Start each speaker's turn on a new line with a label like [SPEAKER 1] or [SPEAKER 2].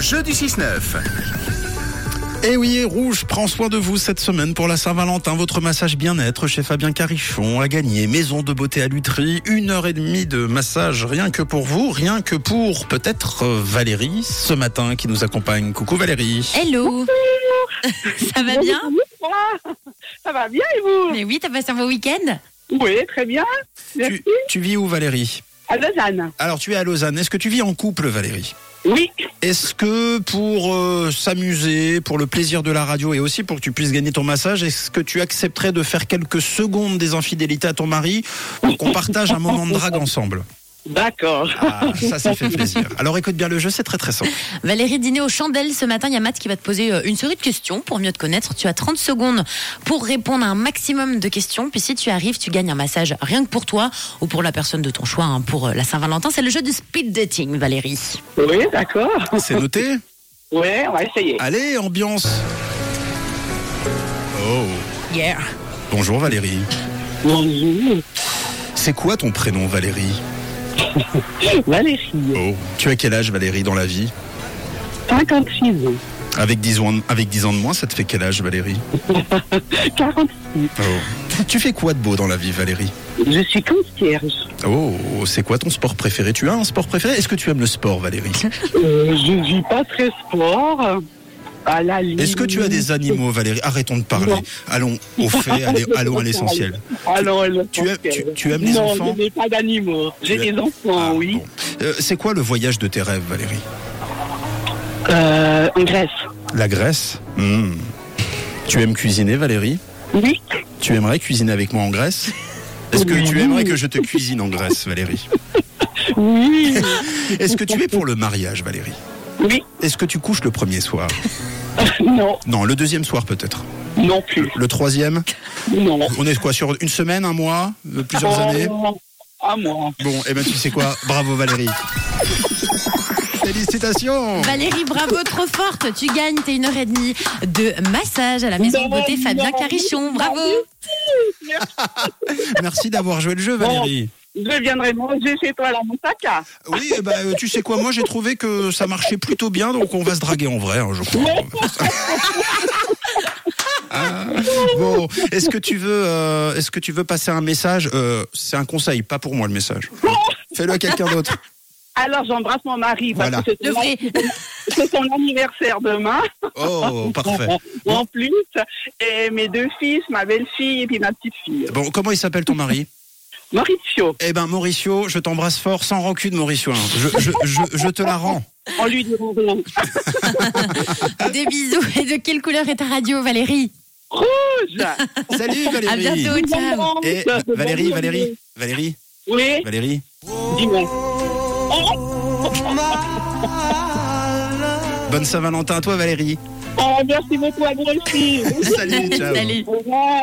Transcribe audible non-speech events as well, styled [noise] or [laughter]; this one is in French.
[SPEAKER 1] jeu du 6-9.
[SPEAKER 2] Et Eh oui, et Rouge prend soin de vous cette semaine pour la Saint-Valentin. Votre massage bien-être chez Fabien Carichon a gagné. Maison de beauté à Lutry, une heure et demie de massage rien que pour vous, rien que pour peut-être euh, Valérie ce matin qui nous accompagne. Coucou Valérie.
[SPEAKER 3] Hello [laughs] Ça va bien
[SPEAKER 4] Bonsoir. Ah, Ça va bien et vous
[SPEAKER 3] Mais oui, t'as passé un beau week-end
[SPEAKER 4] Oui, très bien. Merci.
[SPEAKER 2] Tu, tu vis où Valérie
[SPEAKER 4] À Lausanne.
[SPEAKER 2] Alors tu es à Lausanne. Est-ce que tu vis en couple Valérie
[SPEAKER 4] Oui.
[SPEAKER 2] Est-ce que pour euh, s'amuser, pour le plaisir de la radio et aussi pour que tu puisses gagner ton massage, est-ce que tu accepterais de faire quelques secondes des infidélités à ton mari pour qu'on partage un moment de drague ensemble
[SPEAKER 4] D'accord.
[SPEAKER 2] Ah, ça, ça fait plaisir. Alors écoute bien le jeu, c'est très très simple.
[SPEAKER 3] Valérie, dîner aux chandelles ce matin, il y a Matt qui va te poser euh, une série de questions pour mieux te connaître. Tu as 30 secondes pour répondre à un maximum de questions. Puis si tu arrives, tu gagnes un massage rien que pour toi ou pour la personne de ton choix, hein, pour euh, la Saint-Valentin. C'est le jeu du speed dating, Valérie.
[SPEAKER 4] Oui, d'accord.
[SPEAKER 2] C'est noté
[SPEAKER 4] Ouais, on va essayer.
[SPEAKER 2] Allez, ambiance Oh
[SPEAKER 3] Yeah
[SPEAKER 2] Bonjour Valérie.
[SPEAKER 4] Bonjour.
[SPEAKER 2] C'est quoi ton prénom Valérie
[SPEAKER 4] Valérie,
[SPEAKER 2] Oh. Tu as quel âge Valérie dans la vie
[SPEAKER 4] 56 ans.
[SPEAKER 2] avec 10, ans, avec 10 ans de moins, ça te fait quel âge Valérie
[SPEAKER 4] 46.
[SPEAKER 2] Oh. Tu fais quoi de beau dans la vie Valérie
[SPEAKER 4] Je suis concierge.
[SPEAKER 2] Oh, c'est quoi ton sport préféré Tu as un sport préféré Est-ce que tu aimes le sport, Valérie
[SPEAKER 4] Euh, je vis pas très sport. À la limite.
[SPEAKER 2] Est-ce que tu as des
[SPEAKER 4] [laughs]
[SPEAKER 2] animaux, Valérie Arrêtons de parler.
[SPEAKER 4] Non.
[SPEAKER 2] Allons au fait, allez- allons à l'essentiel.
[SPEAKER 4] Alors,
[SPEAKER 2] tu aimes- tu- tu aimes les
[SPEAKER 4] non,
[SPEAKER 2] enfants
[SPEAKER 4] je n'ai pas d'animaux. J'ai
[SPEAKER 2] Tu aimes-
[SPEAKER 4] des enfants,
[SPEAKER 2] Ah,
[SPEAKER 4] Oh, oui.
[SPEAKER 2] bon. Euh, c'est quoi le voyage de tes rêves, Valérie
[SPEAKER 4] Euh, en Grèce.
[SPEAKER 2] La Grèce Hmm. Tu aimes cuisiner, Valérie
[SPEAKER 4] Oui.
[SPEAKER 2] Tu aimerais cuisiner avec moi en Grèce Est-ce que tu aimerais que je te cuisine en Grèce, Valérie
[SPEAKER 4] Oui.
[SPEAKER 2] [laughs] Est-ce que tu es pour le mariage, Valérie
[SPEAKER 4] oui.
[SPEAKER 2] Est-ce que tu couches le premier soir
[SPEAKER 4] Non,
[SPEAKER 2] Non, le deuxième soir peut-être.
[SPEAKER 4] non plus.
[SPEAKER 2] Le troisième
[SPEAKER 4] Non.
[SPEAKER 2] On est quoi sur une semaine, un mois, euh, plusieurs années
[SPEAKER 4] Oh, À moi.
[SPEAKER 2] Bon, eh ben tu sais quoi Bravo Valérie. Félicitations
[SPEAKER 3] Valérie, bravo, trop forte. Tu gagnes tes une heure et demie de massage à la maison de beauté
[SPEAKER 4] Non,
[SPEAKER 3] Fabien
[SPEAKER 4] non,
[SPEAKER 3] Carichon. Bravo.
[SPEAKER 2] Merci d'avoir joué le jeu Valérie.
[SPEAKER 4] Je viendrai manger chez toi à la Moussaka.
[SPEAKER 2] Oui, eh ben, euh, tu sais quoi Moi j'ai trouvé que ça marchait plutôt bien, donc on va se draguer en vrai, hein, je crois. Ah, bon, est-ce que tu veux, euh, est-ce que tu veux passer un message Euh, C'est un conseil, pas pour moi le message. Fais-le à quelqu'un d'autre.
[SPEAKER 4] Alors j'embrasse mon mari parce
[SPEAKER 2] Voilà.
[SPEAKER 4] que c'est
[SPEAKER 3] Le
[SPEAKER 4] son,
[SPEAKER 3] vrai.
[SPEAKER 4] c'est son anniversaire demain
[SPEAKER 2] Oh, parfait.
[SPEAKER 4] [laughs] en plus. Et mes deux fils, ma belle-fille et puis ma petite-fille.
[SPEAKER 2] Bon, comment il s'appelle ton mari
[SPEAKER 4] Mauricio,
[SPEAKER 2] Eh ben Mauricio, je t'embrasse fort, sans rancune Mauricio. hein. Je, je- je- je te la rends.
[SPEAKER 4] on lui dit rouge.
[SPEAKER 3] Des bisous. Et de quelle couleur est ta radio, Valérie
[SPEAKER 2] Salut Valérie.
[SPEAKER 3] À bientôt. Ciao.
[SPEAKER 2] Et Va- Eh, Valérie, Valérie, Valérie,
[SPEAKER 4] Oui,
[SPEAKER 2] Valérie.
[SPEAKER 4] dis-moi.
[SPEAKER 2] Bonne Saint-Valentin à toi Valérie.
[SPEAKER 4] Oh, merci beaucoup à vous aussi.
[SPEAKER 2] Salut, ciao.
[SPEAKER 3] [laughs] Salut.
[SPEAKER 4] Au revoir.